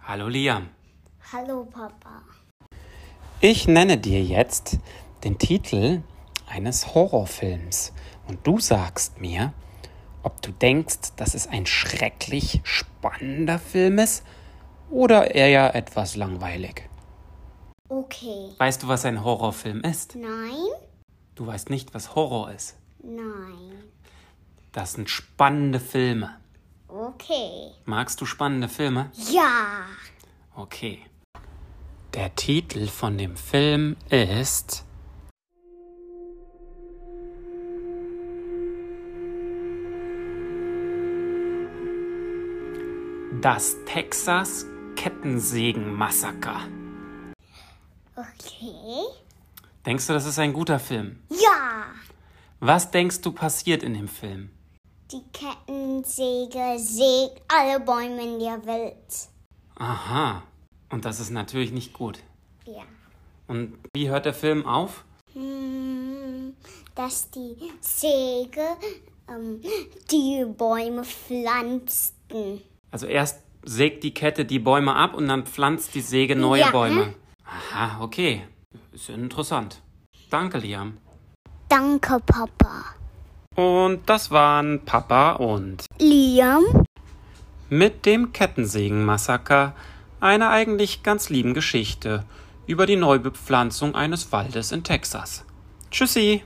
Hallo Liam. Hallo Papa. Ich nenne dir jetzt den Titel eines Horrorfilms und du sagst mir, ob du denkst, dass es ein schrecklich spannender Film ist oder eher etwas langweilig. Okay. Weißt du, was ein Horrorfilm ist? Nein? Du weißt nicht, was Horror ist. Nein. Das sind spannende Filme. Okay. Magst du spannende Filme? Ja. Okay. Der Titel von dem Film ist Das Texas Kettensägen-Massaker. Okay. Denkst du, das ist ein guter Film? Ja. Was denkst du passiert in dem Film? Die Kettensäge sägt alle Bäume in der Welt. Aha. Und das ist natürlich nicht gut. Ja. Und wie hört der Film auf? Hm, dass die Säge ähm, die Bäume pflanzten. Also erst sägt die Kette die Bäume ab und dann pflanzt die Säge neue Ja. Bäume. Aha, okay. Ist interessant. Danke, Liam. Danke, Papa. Und das waren Papa und Liam? mit dem Kettensägenmassaker eine eigentlich ganz lieben Geschichte über die Neubepflanzung eines Waldes in Texas. Tschüssi!